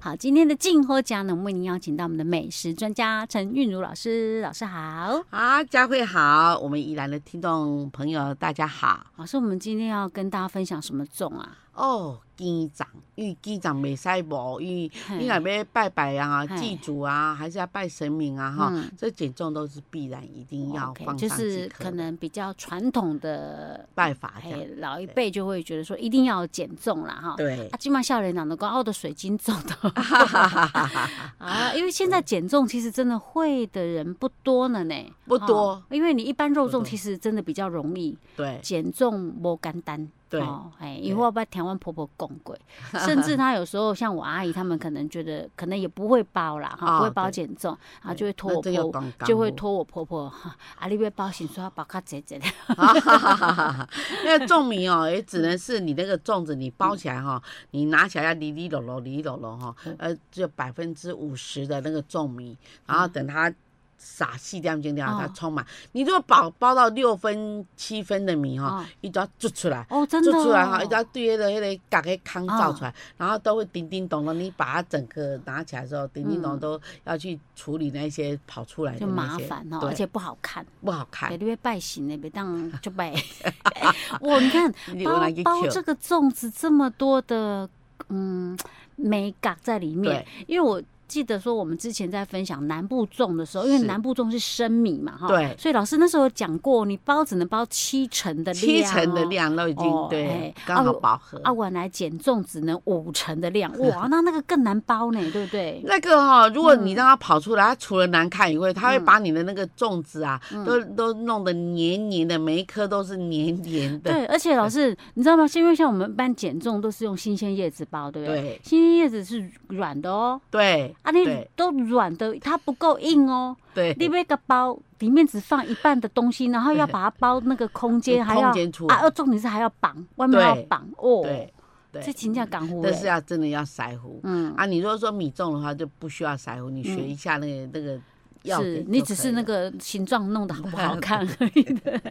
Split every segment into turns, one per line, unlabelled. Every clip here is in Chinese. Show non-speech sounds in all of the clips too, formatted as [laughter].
好，今天的静候家呢，我们为您邀请到我们的美食专家陈韵如老师，老师好。
啊，佳慧好，我们宜兰的听众朋友大家好。
老师，我们今天要跟大家分享什么粽啊？
哦，鸡掌，因为鸡掌袂使无，因为你
嘿
若要拜拜啊、
嘿
祭祖啊，还是要拜神明啊，哈、
嗯哦
这减重都是必然，一定要
OK，
放
就
上
是
几
可
颗
能比较传统的，
拜法
哎
这样。，
老一辈就会觉得说一定要减重啦，哈。 [laughs]
对
啊，，今晚笑脸党的高傲的水晶粽
[laughs]
的
哈哈哈哈哈哈
啊，因为现在减重其实真的会的人不多了呢，
不
哈
多
因为你一般肉
不
粽
多
其实真的比较容易，[laughs]
对
减重无简单。
对
哦，哎，因为我把台湾婆婆供
[laughs]
过，甚至她有时候像我阿姨，她们可能觉得可能也不会包啦，哈，
哦
不会包
对
减重，然后
对
就会托
那
我
真有
婆，
讲究
就会托我婆婆，哈，啊，你别包行，说要包卡姐
[laughs]
姐的，
哈哈哈哈哈哈！那个粽米哦，也只能是你那个粽子，你包起来哈、
嗯
你拿起来要里里篓篓、里里篓篓哈，呃，就百分之五十的那个粽米，然后等它撒细掉、尽量它
哦
充满。你如果包包到六分、七分的米哈、
哦
一定要煮出来。
哦，嗯真
煮
的
出来
哦
哈，一定要对那个那个角个坑造出来，然后都会叮叮咚咚。你把它整个拿起来的时候，叮叮咚
嗯
咚要去处理那些跑出来的
就
那
麻
些，
烦哦，
对
而且不好看，
不好看
对，。你别拜行的，别当就
[laughs]
拜。哇，你看
你有
包
哪去
包
捡
这个粽子这么多的嗯美感在里面
对，
因为我记得说我们之前在分享南部粽的时候，因为
是
南部粽是生米嘛哈，
对
所以老师那时候有讲过，你包只能包七成的量、
七成的。量都已经、
哦哎
对，刚
啊
好
我
饱和。
啊，我来减重只能五成的
[laughs]
量，哇，那那个更难包呢，对不对？
那个哈、如果
嗯
你让它跑出来，它除了难看以外，它会把你的那个粽子啊，
嗯
都都弄得黏黏的，每一颗都是黏黏的。
对，而且老师，你知道吗？是因为像我们班减重都是用新鲜叶子包，对不对？
对
新鲜叶子是软的哦，
对
啊，你
对
都软的，它不够硬哦。
对
你那个包里面只放一半的东西，然后要把它包那个空间，
嗯
还要
空间出来
啊，要重点是还要绑，外面还要
对
绑哦。
对
这
对，
请假港湖
但是
嘞，
要真的要筛糊、
欸嗯，
啊！你如果说米粽的话，就不需要筛糊，你学一下那个、那个药
是
点
你只
就可
是
以
那
了
个形状弄得好不好看而
[laughs]
已。对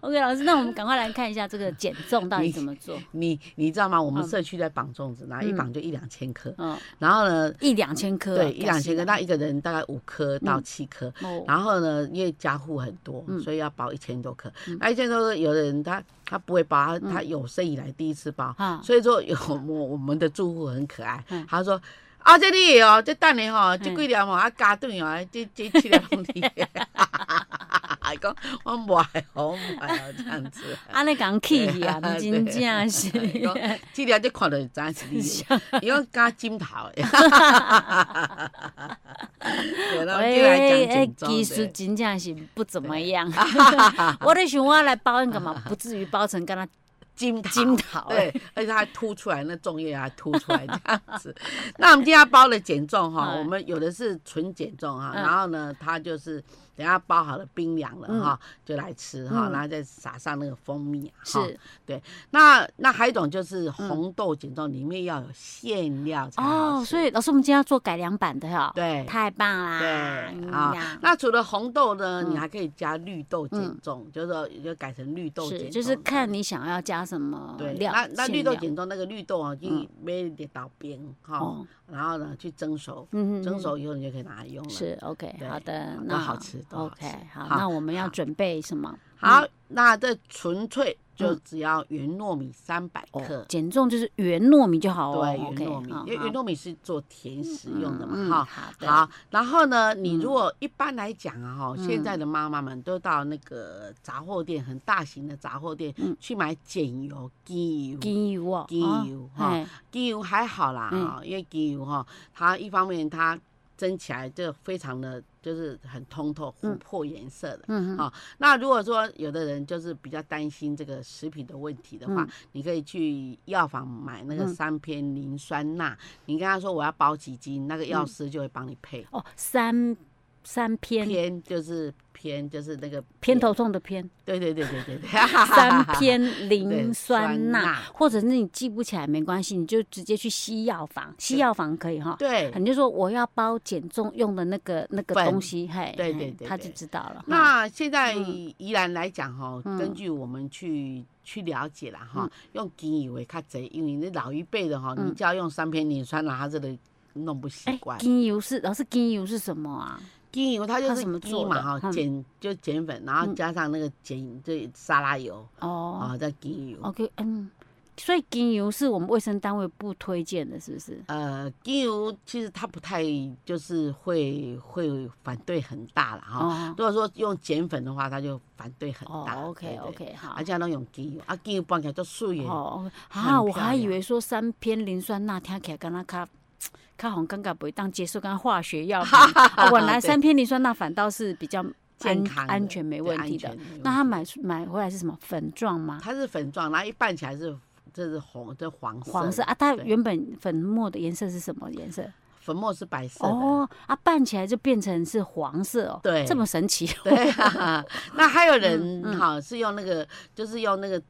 OK，老师，那我们赶快来看一下这个减重到底怎么
[laughs]
做。
你你知道吗？我们
嗯
社区在绑粽子，然后一
嗯
绑就一两千颗，
嗯，
然后呢，
一两千颗啊，
对一两千颗，
感
那一个人大概五颗到七颗，
谢啦哦，
然后呢，因为家户很多，
嗯
所以要包一千多颗。
嗯
那一千多颗，有的人他他不会包，他他有生以来第一次包，
啊，
所以说有我我们的住户很可爱
嗯，
他说。啊，这里哦，这等你吼，这
嗯
几粒吼，啊加顿哦，这这七粒拢你，
[laughs]
还讲我唔爱哦，我唔爱哦，这样子。
啊，那讲气
[laughs]
啊，
对
真正是。
他讲这粒你看到就知道是你的，伊讲加金欸头
[laughs]
的。对，然后就来讲锦州
哎技
的
术真正是不怎么
[laughs]
样。我在想，我来包恩干嘛？不至于包成跟他
金桃
金桃
对， [laughs] 而且它还凸出来，那粽叶还凸出来这样子。 [laughs] 那我们今天要包的减重哈，
哎
我们有的是纯减重哈，
嗯
然后呢，它就是等下包好了冰凉了哈，就来吃哈，
嗯
然后再撒上那个蜂蜜啊哈。
是
那那还有一种就是红豆减重，里面要有馅料才好
哦，
吃
所以老师，我们今天要做改良版的哈，
对
太棒啦！
对
嗯
啊
呀，
那除了红豆呢，
嗯
你还可以加绿豆减
嗯
重，就是说就改成绿豆减
是
重，
就是看你想要加什么
对，
料，
那那
馅
绿豆
料
减重那个绿豆啊，就
嗯
买一点倒冰哈，
哦，
然后呢去蒸熟，
嗯
蒸熟以后你就可以拿来用了。，
是 OK，
对
好的，
都
那
好吃都好
OK，
吃
好，
好
那我们要
好
准备什么？
好，那这纯粹就只要原糯米三百
哦
克，，
减重就是圆糯米就好哦
对，原
，OK，
糯米
好，
因为原糯米是做甜食用的
嗯嗯
嘛哈。
好的，
好，然后呢，你如果一般来讲啊，哈，
嗯
现在的妈妈们都到那个杂货店，很大型的杂货店
嗯
去买碱油、鸡油、
金鱼哦，
鸡
哦
油哈
嘿
鸡油还好啦，
嗯
哈、因为鸡油哈，它一方面它蒸起来就非常的就是很通透，琥
嗯
珀颜色的。
嗯哼
好那如果说有的人就是比较担心这个食品的问题的话，
嗯
你可以去药房买那个
嗯
三偏磷酸钠，你跟他说我要包几斤，那个药师就会帮你配。
哦，三三篇
偏就是偏就是那个
偏嗯头，痛的偏，
对对对对对
[laughs]
对，
三偏磷
对
酸
酸
钠
钠，
或者是你记不起来没关系，你就直接去西药房，西药房可以哈。
对。
你就说我要包减重用的那个那个
粉
东西，嘿，
对
嘿
对对
他
对
就知道了。哈
那现在
嗯
宜兰来讲哈，
嗯
根据我们去去了解啦哈
嗯，
用金以为较贼，因为那老一辈的哈，
嗯
你只要用三偏磷酸钠，它这个弄不习
哎
惯。，
精油是老师精油是什么啊？
精油它就
它
是
怎么
鸡
做
嘛
的
哈，
嗯
碱就碱粉，然后
嗯
加上那个碱这沙拉油
哦
啊，再精油。
，OK，嗯，所以精油是我们卫生单位不推荐的，是不是？
呃，精油其实它不太就是会会反对很大了哈。
哦
如果说用碱粉的话，它就反对很
哦
大。啊对
，OK
对
OK，好
而。且拢用精油，啊，精油放起来足水的。
哦，OK，
很
啊，我
漂
还以
亮
为说三偏磷酸钠听起来敢若较较红，尴尬不会当接受，跟化学药
[laughs]
品。啊，原来
对
三偏磷酸钠反倒是比较
[laughs] 健
安
康的
安全没
对
问
安
题
全
的。
没问
那它
题
买买回来是什么粉状吗？
它是粉状，然后一拌起来是这是红，这黄色的
黄色啊，它
对
原本粉末的颜色是什么颜色？
粉末是白色的。
哦，啊，拌起来就变成是黄色哦，
对
这么神奇。
[laughs]
[laughs]
对啊，那还有人
嗯嗯
哈、是用那个，就是用那个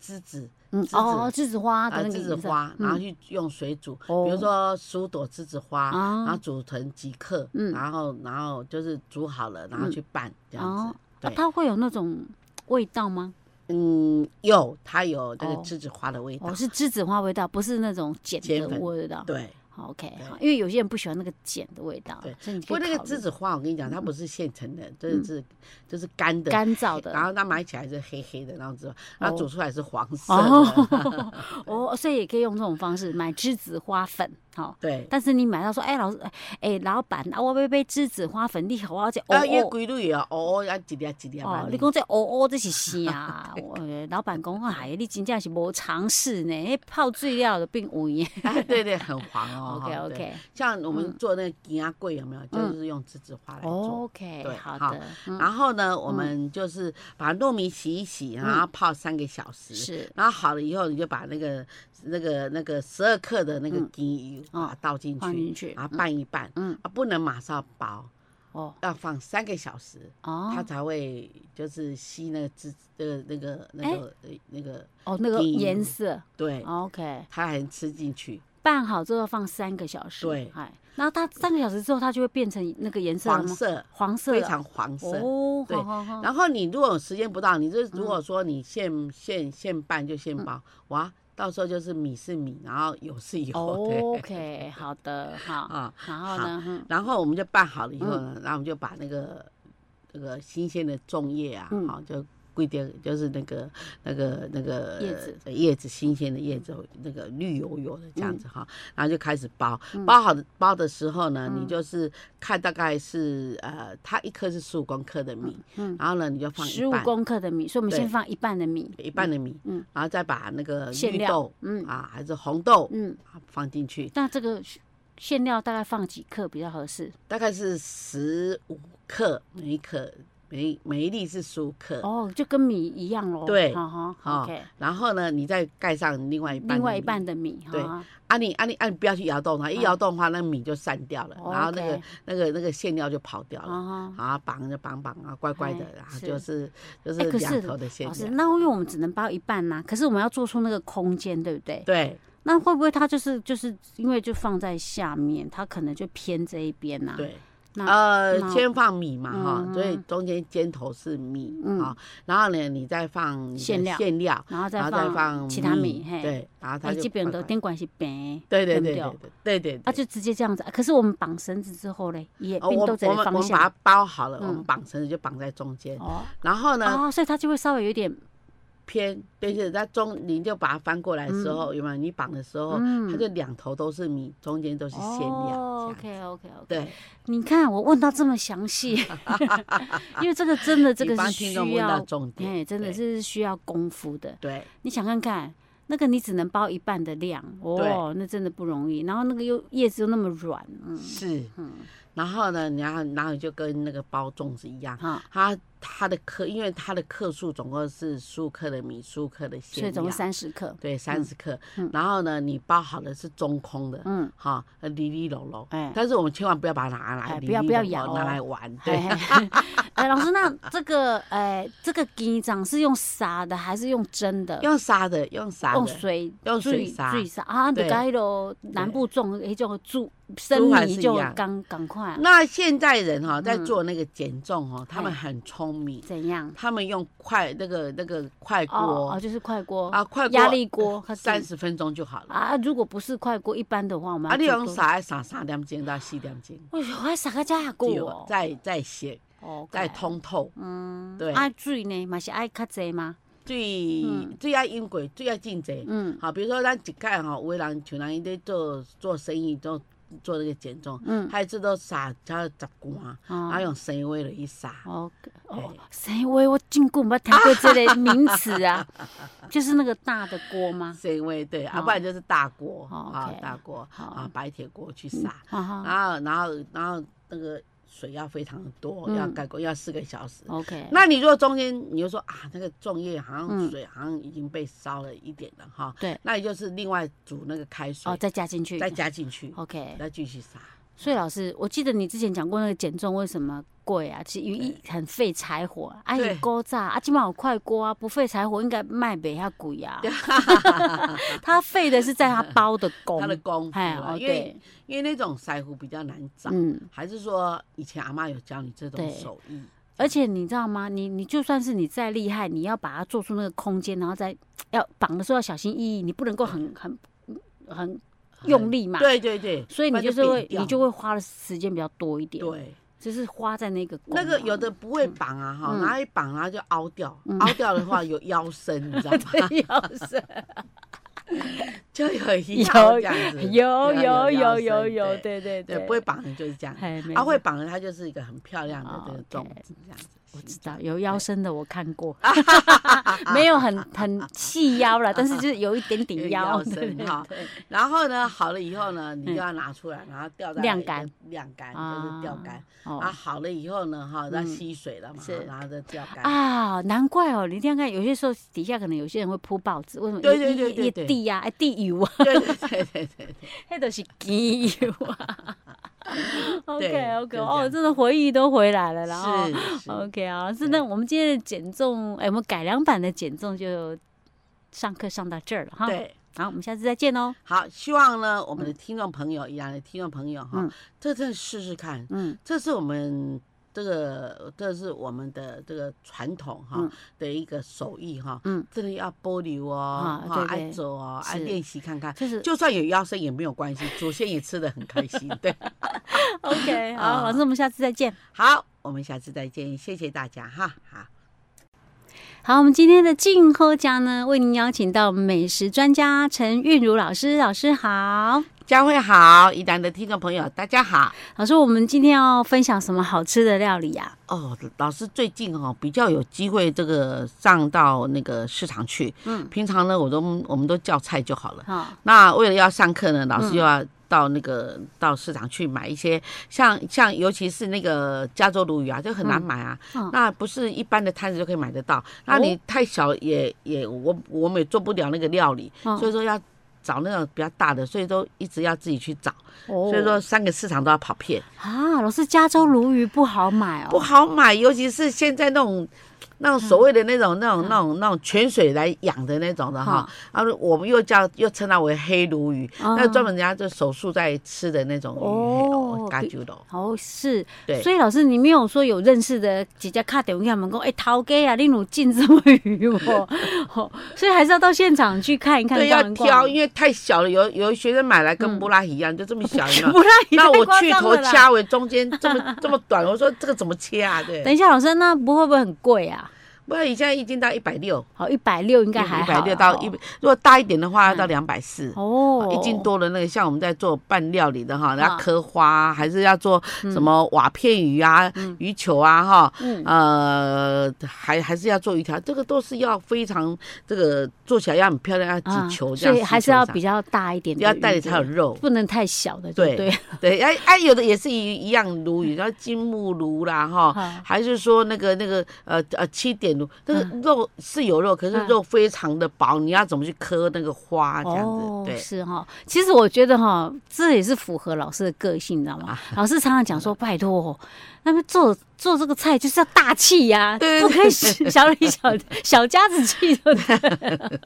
栀子
嗯
栀，子
哦，栀子花
啊
的那个
栀子
颜色
花，然后
嗯
去用水煮，比
哦
如说十五朵栀子花，然后
啊，
煮成几克，
嗯
然后然后就是煮好了，然后
嗯
去拌这样
哦
子。
啊
对，
它会有那种味道吗？
嗯，有它有这个
哦
栀子花的味道
哦，，是栀子花味道，不是那种碱
碱
的
粉
味道。
对。
好，OK，
对
好，因为有些人不喜欢那个碱的味道
对，
所以你
不过
可以
那个
考虑
栀子花，我跟你讲，它不是现成的，这
嗯
是就是干的，
干燥的
然。后它买起来是黑黑的，然后之后，然后
哦
煮出来是黄色的。
哦 [laughs] 哦，所以也可以用这种方式买栀子花粉，好、
[laughs] 对，
但是你买到说，哎、老师，哎、哎老板啊，我要买栀子花粉，你给我这哦
啊，越
哦
规律啊，哦哦，啊，一粒一粒嘛
哦，你讲这哦哦这是啥？我呃老板讲，哎，你真正是无尝试呢，那泡醉料的并无言。
哎对对，很黄
[laughs]
哦。
OK
哈对
OK
像我
嗯
们做那个鸡鸭桂有没有？就是用栀子花来做。对
OK，好
好
的，哦嗯，
然后呢，我们就是把糯米洗一洗，然后泡三个小时。
是
然后好了以后，你就把那个、那个、那个十二克的那个
嗯
鸡油
哦
啊倒进
放
去，
进去，
然后拌一拌，
嗯，
啊，不能马上包，
哦
要放三个小时，它
哦
才会就是吸那个汁，呃，那个那个呃那个，
哦，那个
底
颜色
对，
，OK。
它还能吃进去，
拌好之后放三个小时，
对
哎，然后它三个小时之后，它就会变成那个颜色了
黄
吗？
色，
黄色
非
了
常黄色。
哦，嗯
对
好好好，
然后你如果时间不到，你就如果说你现现现拌就
嗯
现包，哇，到时候就是米是米，然后油是油，对。
哦 OK，好的，好，
啊，
然后呢，嗯
然后我们就拌好了以后呢，然后我们就把那个那个新鲜的粽叶啊，好、
嗯
就贵点，就是那个那个那个
叶子
呃叶子新鲜的叶子，那个绿油油的这样
嗯
子哈、然后就开始包，
嗯
包好的包的时候呢，
嗯
你就是看大概是呃，它一颗是十五公克的米，
嗯，
然后呢你就放一
十五
半
公克的米，所以我们
对
先放一半的米，
一半的米，
嗯
然后再把那个
馅
绿
料
豆、
嗯
啊还是红豆、
嗯，
啊放进去，
那这个馅料大概放几克比较合适？
大概是十五克，每一克每一每一粒是十五克。
哦，就跟米一样喽，
对
好好
啊
，OK，
然后呢，你再盖上另外一半的米，
另外一半的米，
对
哈
啊你啊你啊你不要去摇动它，一
嗯
摇动的话，那米就散掉了，
哦
然后那个
OK
那个那个馅料就跑掉
哈哈。
了，啊绑就绑绑啊，乖乖的
哎，
然后
是
就是就是
哎可
两
是
头的馅
老师，
料，
那因为我们只能包一半呐、可是我们要做出那个空间，对不对？
对
那会不会它就是就是因为就放在下面，它可能就偏这一边呐、，
对。
那
呃，
那
先放米嘛哈，
嗯
所以中间尖头是米
嗯
啊，然后呢，你再放你的
馅料
馅料，
然后
然
再
后再放
其他米，嘿，
对，然后它
哎，
就
基本
乖
都
乖
电管是平，
对对
扔
对对
掉
对对对，
啊，就直接这样子。啊可是我们绑绳子之后嘞，也
呃
并
我
都
们
在
我们我
方
们把它
向
包好了，我
嗯
们绑绳子就绑在中间，
哦
然后呢，
哦，所以它就会稍微有点
偏，而且它中你就把它翻过来的时候，有没有？你绑的时候，
嗯哦
它就两头都是米，中间都是馅料，这样。
OK OK OK，
对，
你看我问到这么详细， [laughs] 因为这个真的这
你
个
帮
是
听众
需
问到
要，
重点，
哎，真的
对
是需要功夫的。
对
你想看看，那个你只能包一半的量哦，那真的不容易。然后那个又叶子又那么软，嗯，
是
嗯。
然后呢，然后然后就跟那个包粽子一样，
好，
它它的克，因为它的克数总共是十五克的米，十五克的馅
所
料，
以总共三十克，
对三十克。
嗯
然后呢，你包好的是中空的，
嗯，
哈，呃里里篓篓。
哎。
但是我们千万不要把它拿来
哎
里
不要
里
不要
篓篓
咬
拿
哦
来玩，对。
哎，哎，老师，那这个，哎，这个鸡掌是用杀的还是用蒸的？
用杀的，用杀的，
水，
用水
水
杀
水杀啊！
对
就该咯，南部种迄种煮生
还
米
是一
就
样
赶赶快啊，
那现代人哈、在
嗯
做那个减重哦，
哎
他们很聪明，
怎样？
他们用快那个那个快
哦
锅
哦，就是快锅
啊，快锅
压力锅，它是
三十分钟就好了。
啊。如果不是快锅，一般的话我们
啊，你
要
用
做多？
啥要三三点钟到四点钟，
哎呦，还啥个加
对
锅哦？
再再写
哦，
再，通透，
嗯，
对
爱水呢，嘛是爱较济吗？
最最爱用过，最爱进济。
嗯
好，比如说咱一盖吼，有的人像人伊咧做做生意，做做那个减重，
嗯，
他这都撒他杂瓜，啊
哦，
用生威落去撒。
哦哦
哎，
谁喂我进过没听过这类名词
[laughs]
啊？就是那个大的锅吗？
是因为对，啊，
哦
不然就是大锅
哦
啊，
OK
大锅
好嗯
啊，白铁锅去撒，
哈哈
然后然后然后那个水要非常的多，
嗯哦
要盖锅要四个小时。
，OK，
那你如果中间你就说啊，那个粽叶好像
嗯
水好像已经被烧了一点了哈，
对，
那你就是另外煮那个开水
哦，再加进去，
再加进去，
OK。
再继续撒。
所以老师，我记得你之前讲过那个减重为什么贵啊？其实因为很费柴火，啊，
对
有锅炸啊，起码有快锅啊，不费柴火应该卖不遐贵
[laughs]
啊。 [laughs] 它费的是在它包的工，
他的功夫
哎
啊，
哦
因为
对，
因为那种腮胡比较难长，
嗯，
还是说以前阿妈有教你这种
对
手艺？
而且你知道吗？你你就算是你再厉害，你要把它做出那个空间，然后再要绑的时候要小心翼翼，你不能够很很很用力嘛。。
对对对，
所以
不
你
然
就是会
扁，掉
你就会花的时间比较多一点，，
对。
就是花在那个工
那个
啊
有的不会绑啊，哈，
嗯
拿一绑然后就凹掉，
嗯
凹掉的
[laughs]
话有腰身，你知道吗？
[laughs] 对腰身，
就有一条这样子，
有
对啊
有有
腰身
有有，对
对
对
对，不会，绑的就是这样，
嘿没
啊，会
错
绑的它就是一个很漂亮的这个
哦
粽
，OK
子这样子。
我知道有腰身的我看
[laughs]
过，没有很很细腰了，但是就是有一点
[laughs] 有
点
腰
腰
身
对对
哈
对
然后呢，好了以后呢，你就要拿出来，然后吊
嗯
在
晾干，
晾干就是
啊
吊干。啊，
哦
好了以后呢，哈，它
嗯
吸水了嘛，
是
然后再吊干。
啊，难怪哦，你这样看，有些时候底下可能有些人会铺报纸，为什么？
对对对
一
对
一一
对
地呀，哎地油啊， [laughs]
[laughs] 对对对对对，
那都是机油啊。OK
就
OK，
这样
哦，真的回忆都回来 [laughs] 了，然后。
是是。
OK 啊，是
对
那我们今天的减重，哎，我们改良版的减重就上课上到这儿了哈。，
对，
好，我们下次再见哦喽。
好，希望呢，我们的听众朋友，宜兰的听众朋友哈
嗯，
这真的试试看，
嗯，
这是我们。这个这是我们的这个传统哈、
嗯
的一个手艺哈，
嗯，
真的要保留哦
啊，
哈、
对对
爱走哦，爱
是
练习看看，
就是
就算有腰身也没有关系，祖先也吃的很开心，
[laughs]
对，
[laughs] OK，
啊
好，老师，我们下次再见。
好，我们下次再见，谢谢大家哈，好。
好，我们今天的静候家呢，为您邀请到美食专家陈韵如老师，老师好，
佳慧好，宜兰的听众朋友大家好。
老师，我们今天要分享什么好吃的料理呀、
哦，老师最近哦比较有机会这个上到那个市场去，
嗯，
平常呢我都我们都叫菜就好了。
好、
[laughs] 那为了要上课呢，老师
嗯
又要到那个、到市场去买一些像像尤其是那个加州鲈鱼啊，就很难买啊。
嗯哦
那不是一般的摊子就可以买得到。那你太小也也我我们也做不了那个料理，
嗯
所以说要找那种比较大的，所以都一直要自己去找。
哦
所以说三个市场都要跑遍，
啊，老师，加州鲈鱼不好买哦，
不好买，尤其是现在那种。那种所谓的那
嗯
种、那种、那种、那种泉水来养的那种的哈，然后我们又叫又称它为黑鲈鱼，
嗯
那专门人家就手术在吃的那种鱼，
哦
嘿嘎啾的。
哦，是，
对
所以老师，你没有说有认识的几家卡点跟他们说，哎、陶哥啊，你有进这么鱼哦， [laughs] 哦，所以还是要到现场去看一看，
对，要
逛一逛
挑，因为太小了，有有学生买来跟布拉提一样，就这么小，有没
[laughs]
有
不然你
那
嗯太
我
夸
去
张
头
了啦。
掐尾，中间这么这么短，我说这个怎么切啊？对
等，一下，老师，那不会不会很贵啊？
不然现在一斤到一百六，
好，一百六应
应
该还
一
好嗯
百
啦。
六到一，
哦
如果大一点的话要到两百四。
哦，
一斤多的那个，像我们在做拌料理的哈，要
嗯
刻花啊，还是要做什么瓦片鱼啊、鱼球啊哈，
嗯
呃，还还是要做鱼条，这个都是要非常这个做起来要很漂亮，要
啊，
几球这
所
样，
以还
几
是
球
要
上
比较大一点的鱼，
要带里才有
对
肉，
不能太小的，
对
对，
对，哎哎，有的也是一一样鲈鱼，然后金目鲈啦哈，
好
还是说那个那个呃呃七点鲜露，那个肉是有肉，可是
嗯
肉非常的薄，你要怎么去磕那个花啊这样
哦
子？，对，
是哈、其实我觉得哈、这也是符合老师的个性，你知道吗？
啊
老师常常讲说，拜托、那么做做这个菜就是要大气呀、
[laughs] 对
不可以小里小小家子气，对不对？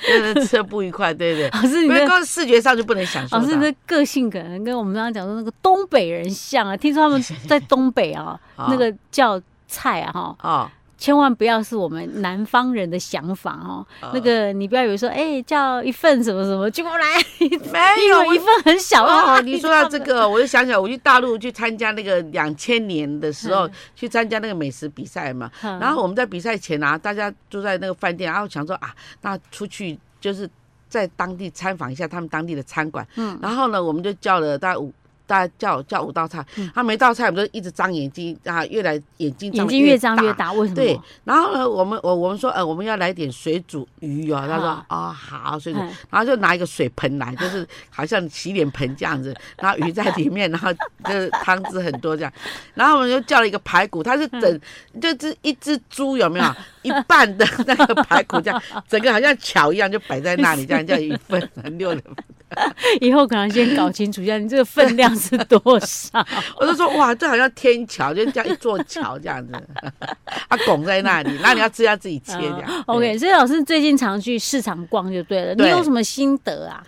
真的吃得 [laughs] 不愉快，对 [laughs] 对。
老 [laughs] 师你
因为
的哦
光视觉上就不能享受
老师你
它
的个性可能跟我们刚刚讲说那个东北人像啊，听说他们在东北啊，
[laughs] 啊
那个叫菜啊哈，
哦，
千万不要是我们南方人的想法哦。
哦
[laughs] 那个你不要以为说，哎、叫一份什么什么，结果来
没有，哎我
一份很小啊。
哦，你说到这个，我就想起来，我去大陆去参加那个两千年的时候，去参加那个美食比赛嘛。
嗯，
然后我们在比赛前啊，大家住在那个饭店，然后想说啊，那出去就是在当地参访一下他们当地的餐馆。
嗯
然后呢，我们就叫了大概五。大家叫叫五道菜，他、每道菜我们都一直张眼睛啊，越来眼睛
嗯眼
张得
睛越张
大
越大，为什么？
对，然后呢，我们我我们说，呃，我们要来点水煮鱼哦。他说，啊、好，水煮
嗯，
然后就拿一个水盆来，就是 [laughs] 好像洗脸盆这样子，然后鱼在
[laughs]
里面，然后就是汤汁很多这样。然后我们就叫了一个排骨，它是整，
嗯
就是一只猪有
[laughs]
没有一半的那个排骨这样， [laughs] 整个好像巧一样就摆在那里，这样叫一
[laughs]
份很六人份。
以后可能先搞清楚一下你这个分量是多少。
我就说，哇，这好像天桥，就这样一座桥这样子， [laughs] 啊，拱在那里，那你要吃要自己 [laughs] 切这样
嗯。OK，所以老师最近常去市场逛就对了，你
对
有什么心得啊？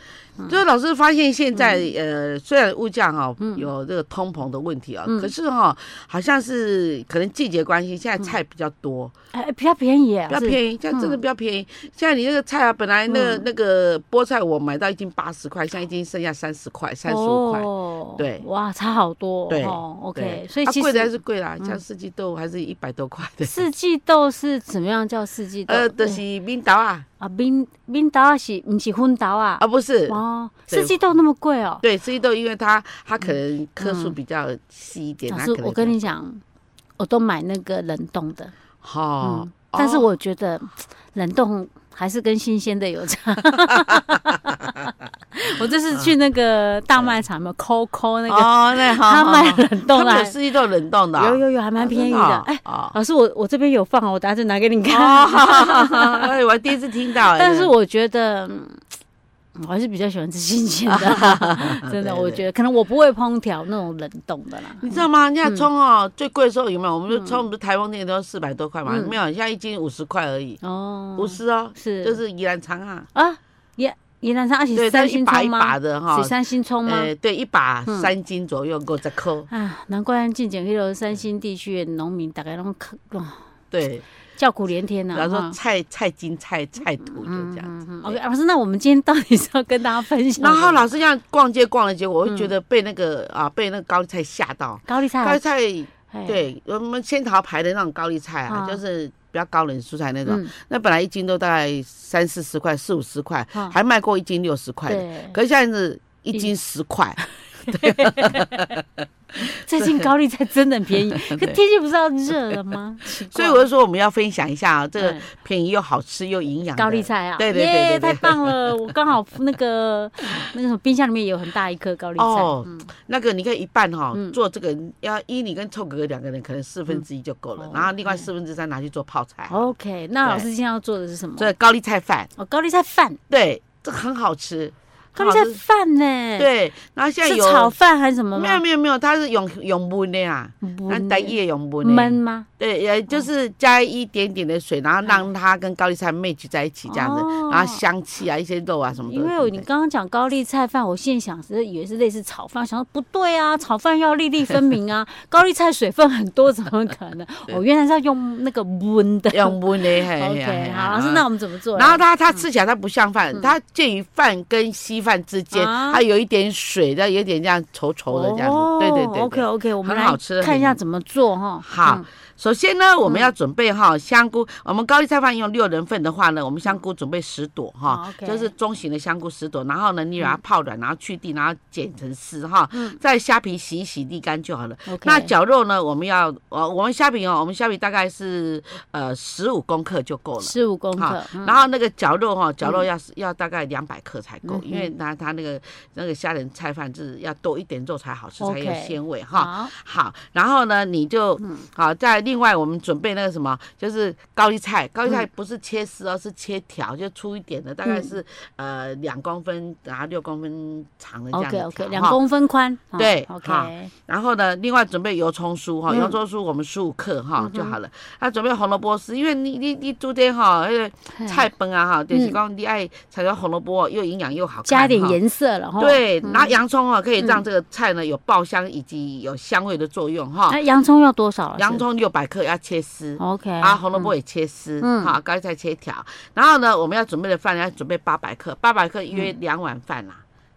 就是老师发现现在、
嗯
呃，虽然物价哈、有这个通膨的问题啊、
嗯
可是哈、好像是可能季节关系，现在菜比较多，
哎，比较便宜耶，
比较
宜。
便宜，现
嗯
在真的比较便宜。现在你那个菜啊，本来那个、那个菠菜我买到一斤八十块，现在已经剩下三十块、三十五块。
哦
对
哇，差好多哦。
对
哦
对
，OK，所以
啊
其
贵的还
实嗯
是贵啦，像四季豆还是一百多块的。
四季豆是怎么样叫四季豆？
呃，就是冰岛啊，
啊，冰冰豆啊是不是荤豆啊？
啊不是，
哦，
对
四季豆那么贵哦。
对，四季豆因为它它可能颗数比较细一
嗯
点，
老
它
师
可，能
我跟你讲，我都买那个冷冻的，
哦好、
嗯，但是
哦
我觉得冷冻还是跟新鲜的有
[laughs]
差。我这次去那个大卖场嘛，COCO 那个，
哦，那好，
他
好
卖
好
冷冻的
他们
还
有，四季豆冷冻的啊，
有有有，还蛮便宜的。哎，
哦
老师，我我这边有放哦，我等下就拿给你
真的
看。
啊，哦 [laughs] 哈哈哈哈哎，我还第一次听到
[laughs]
哎，
但是我觉得。嗯我还是比较喜欢吃新鲜
[laughs]
的，真
对
的，
对
我觉得可能我不会烹调那种冷冻的啦。
你知道吗？人家葱哦，最贵的时候有没有？我们就葱，我们不是台风店都四百多块嘛，
嗯
没有，现在一斤五十块而已，
哦，
五十哦，
是
就是宜兰长啊，
啊，也也南山，而且啊
对，
是
它
三
一
星
把一
葱吗
把？的哈
是，三星葱吗？
哦呃，对，一把
嗯
三斤左右，够在扣，
啊，难怪进前迄个三星地区的农民大概拢
对，
叫苦连天呐、
然后
哈
说菜菜斤菜菜土就这样。
嗯嗯，OK，老师，那我们今天到底是要跟大家分享什么？
然后老是这样逛街逛了，结果我会觉
嗯
得被那个啊被那个高丽菜吓到，
高丽菜
高
好
丽，菜
哎，
对，我们仙桃牌的那种高丽菜啊，
啊
就是比较高冷蔬菜那种，
嗯，
那本来一斤都大概三四十块、四五十块，
啊
还卖过一斤六十块的，
对，
可是现在是一斤十块，
最近高丽菜真的很
[laughs]
便宜，可天气不是要热了吗？奇
所
怪
以我就说我们要分享一下啊，这个
嗯
便宜又好吃又营养的
高丽。菜啊，
对对对对
耶
对
太棒了！我刚好那个那个什么冰箱里面也有很大一颗高丽菜，
哦
嗯，
那个你看一半哈、
嗯
做这个要依你跟臭哥哥两个人，可能四分之一就够了，
哦
然后另
嗯
外
哦
四分之三拿去做泡菜，啊
OK，那老师今天要做的是什么？
这高丽菜饭，
哦，高丽菜饭，
对，这个很好吃，
高丽
很
菜
好吃
饭呢？，
对，然后现在
是
有
炒饭还是什么
没有
吗？
没有没有，它是用用焖的啊，咱台语的用焖的，
焖吗？
对，呃，就是加一点点的水，然后让它跟高丽菜 match 在一起这样子，
哦
然后香气啊，一些肉啊什么的。
因为我你
对
刚刚讲高丽菜饭，我现在想是以为是类似炒饭，想说不对啊，炒饭要粒粒分明啊，高丽菜水分很多，怎么可能？我原来是要用那个焖
[laughs]
的。 [laughs]
用焖的，嘿
OK，好，老师，那。
嘿啊
我们怎么做嘞？
然后它它吃起来它不像饭，它介于饭跟稀饭之间，
啊哦
它有一点水，然后有点这样稠稠的这样子。对对对对。
OK OK，我们
很
来
好吃
看一
很
下怎么做哈。
好
嗯，
首先呢，我们要准备哈香菇。我们高丽菜饭用六人份的话呢，我们香菇准备十朵哈
好，，OK 嗯
就是中型的香菇十朵。然后呢，你把它泡软，然后去蒂，然后剪成丝哈。再虾皮洗一洗，沥干就好了。
OK，
那绞肉呢，我们要呃，我们虾皮哦，我们虾皮大概是呃十五公克就够了。
十五公
好
克，嗯
然后那个绞肉哈、绞肉要是要大概两百克才
嗯
够，因为它它那个那个虾仁菜饭就是要多一点肉才好吃，才有
OK
鲜味哈。
好，嗯
好，然后呢，你就好、在另另外我们准备那个什么，就是高丽菜，高丽
嗯
菜不是切丝哦，是切条，就粗一点的，大概是、呃两公分，然后六公分长的这样的
OK
条
OK，两
哈
公分宽，哦
对好
，OK，
然后呢，另外准备油葱酥哈，
嗯
油葱酥我们十五克
嗯
哈
哼
就好了。啊，准备红萝卜丝，因为你你你昨天哈，那个菜本啊哈，就是讲你爱采用红萝卜，又营养又好看，
加点
哈。
颜色了哈。
对，
嗯
然后洋葱啊，可以让
嗯
这个菜呢有爆香以及有香味的作用哈
那。洋葱要多少了？
洋葱六百克要切丝
是。OK
啊，红萝卜也切丝，
嗯
哈，高丽菜切条。然后呢，我们要准备的饭要准备八百克，八百克约两碗饭啦。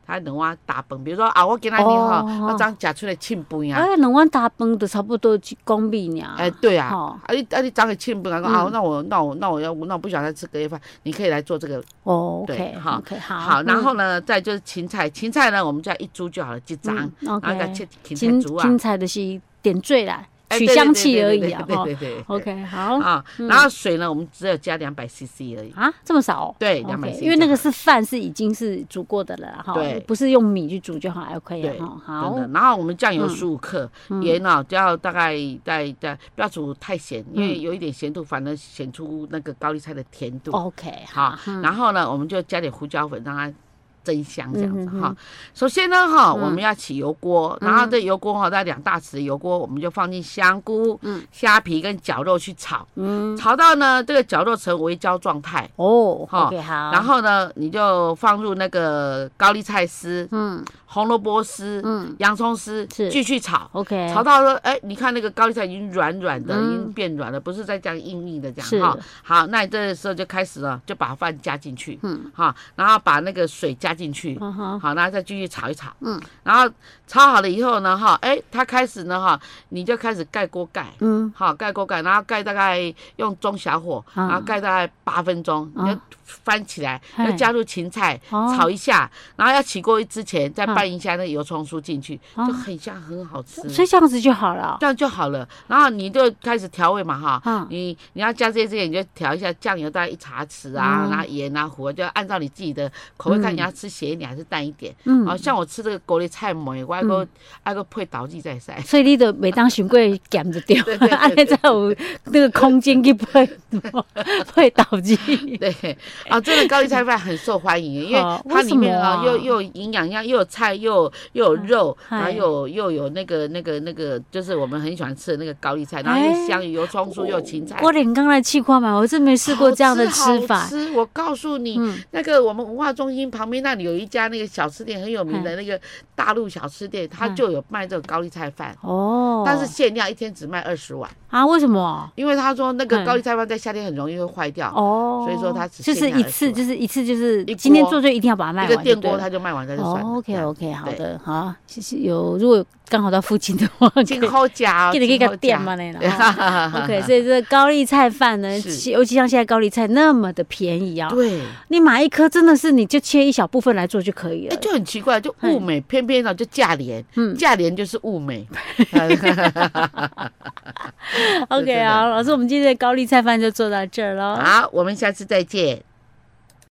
它能哇打崩，比如说啊，我今天哈
哦，
我刚吃出来庆饭啊，
哎，两碗大饭就差不多一公米尔。
哎，对啊，
哦
啊你啊你长给亲不敢讲啊
嗯，
那我那我那我要那我不想再吃隔夜饭，你可以来做这个。
哦
对
，OK，
好
o k 好，
好，然
嗯
后呢，再就是芹菜，芹菜呢我们就要一株就好了，几张，
嗯
然后再
，OK，
切芹
金
菜株啊
金，彩的是点缀啦，
哎
取
对对
香
对
气
对
而
对
已啊。
对
哈
对对对
OK，好
啊，然后水呢我们只有加两百 CC 而已。
啊，这么少哦？
对
OK，
200
因为那个是饭是已经是煮过的了啦哈
对，
不是用米去煮就好，OK
对
了啊哈。
真
好
的，，然后我们酱油
嗯
十五克，
嗯
盐呢就要大概在在不要煮太咸，因
嗯
为有一点咸度反而显出那个高丽菜的甜度。
OK，
好，
哦嗯
然后呢，我们就加点胡椒粉让它增香这样子
嗯哼
哈。首先呢哈，
嗯
我们要起油锅，
嗯
然后这油锅哈，大概两大匙的油锅，我们就放进香菇
嗯、
虾皮跟绞肉去炒，
嗯，
炒到呢这个绞肉成微焦状态，
哦
好
，OK，好，
然后呢你就放入那个高丽菜丝、
嗯
红萝卜丝、
嗯
洋葱丝，
是
继续炒。
，OK，
炒到说，哎，你看那个高丽菜已经软软的，
嗯
已经变软了，不是再这样硬硬的这
是
样哈。好，那你这个时候就开始了，就把饭加进去，
嗯，
哈，然后把那个水加进去，
嗯哼，
好，然后再继续炒一炒，
嗯，
然后炒好了以后呢，哈，哎，它开始呢，哈，你就开始盖锅盖。
嗯，
好，盖锅盖，然后盖大概用中小火，
嗯
然后盖大概八分钟，
嗯
你就翻起来，
嘿
要加入芹菜，
哦
炒一下，然后要起锅之前再
嗯
拌一下那个油葱酥进去，
哦
就很香，很好吃。
所以这样子就好了。
这样就好了。然后你就开始调味嘛，哈。
嗯
你你要加这些，这些你就调一下酱油，大概一茶匙啊，
嗯
然后盐啊、胡啊，就按照你自己的口味看，
嗯
你要吃咸一点还是淡一点。
嗯
哦，像我吃这个高丽菜梅，我爱个爱个配倒剂在
[laughs]
塞。
所以你就每当想过减就对
对对对，
[laughs] 安尼才有那个空间去 [laughs] 配配导机。
对，啊，这个高丽菜饭很受欢迎，因为
好
它里
为
面
什么
啊
啊嗯
又又有营养，又有菜，又有又有肉，
嗨
然后又有又有那个那个那个，就是我们很喜欢吃的那个高丽菜，然后又
哎
香油葱酥，又有芹菜。
我连刚来气块嘛，我真没试过这样的吃
好
法。
吃，我告诉你，
嗯
那个我们文化中心旁边那里有一家那个小吃店很有名的那个大陆小吃店，它
嗯
就有卖这个高丽菜饭，
哦，
但是限量一天只卖二十碗，
啊，为什么？
因为他说那个
嗯
高丽菜饭在夏天很容易会坏掉，
哦，
所以说它只
就
限
是
量
一
20
次，
碗
就是一次，就是
一锅
今天做就一定要把它卖
一个
完就
电
对
锅
了。
它就卖完，它就算了。
哦
这
，OK
样
OK，好
对
的，好，谢谢。有如果刚好到附近的话，可以
今后加，
记得去
今
个
后
店
吃 [laughs]
嘛，那
对
啦。哦
[laughs]
OK，所以这个高丽菜饭呢，
是
其尤其像现在高丽菜那么的便宜啊、
对，
你买一颗真的是你就切一小部分来做就可以
哎，
了。 [laughs]
就很奇怪，就
嗯
物美，偏偏呢就价廉，
嗯
价廉就是物
[laughs]
美。
OK
真的
啊，老师，我们今天的高丽菜饭就做到这儿喽。
好，我们下次再见。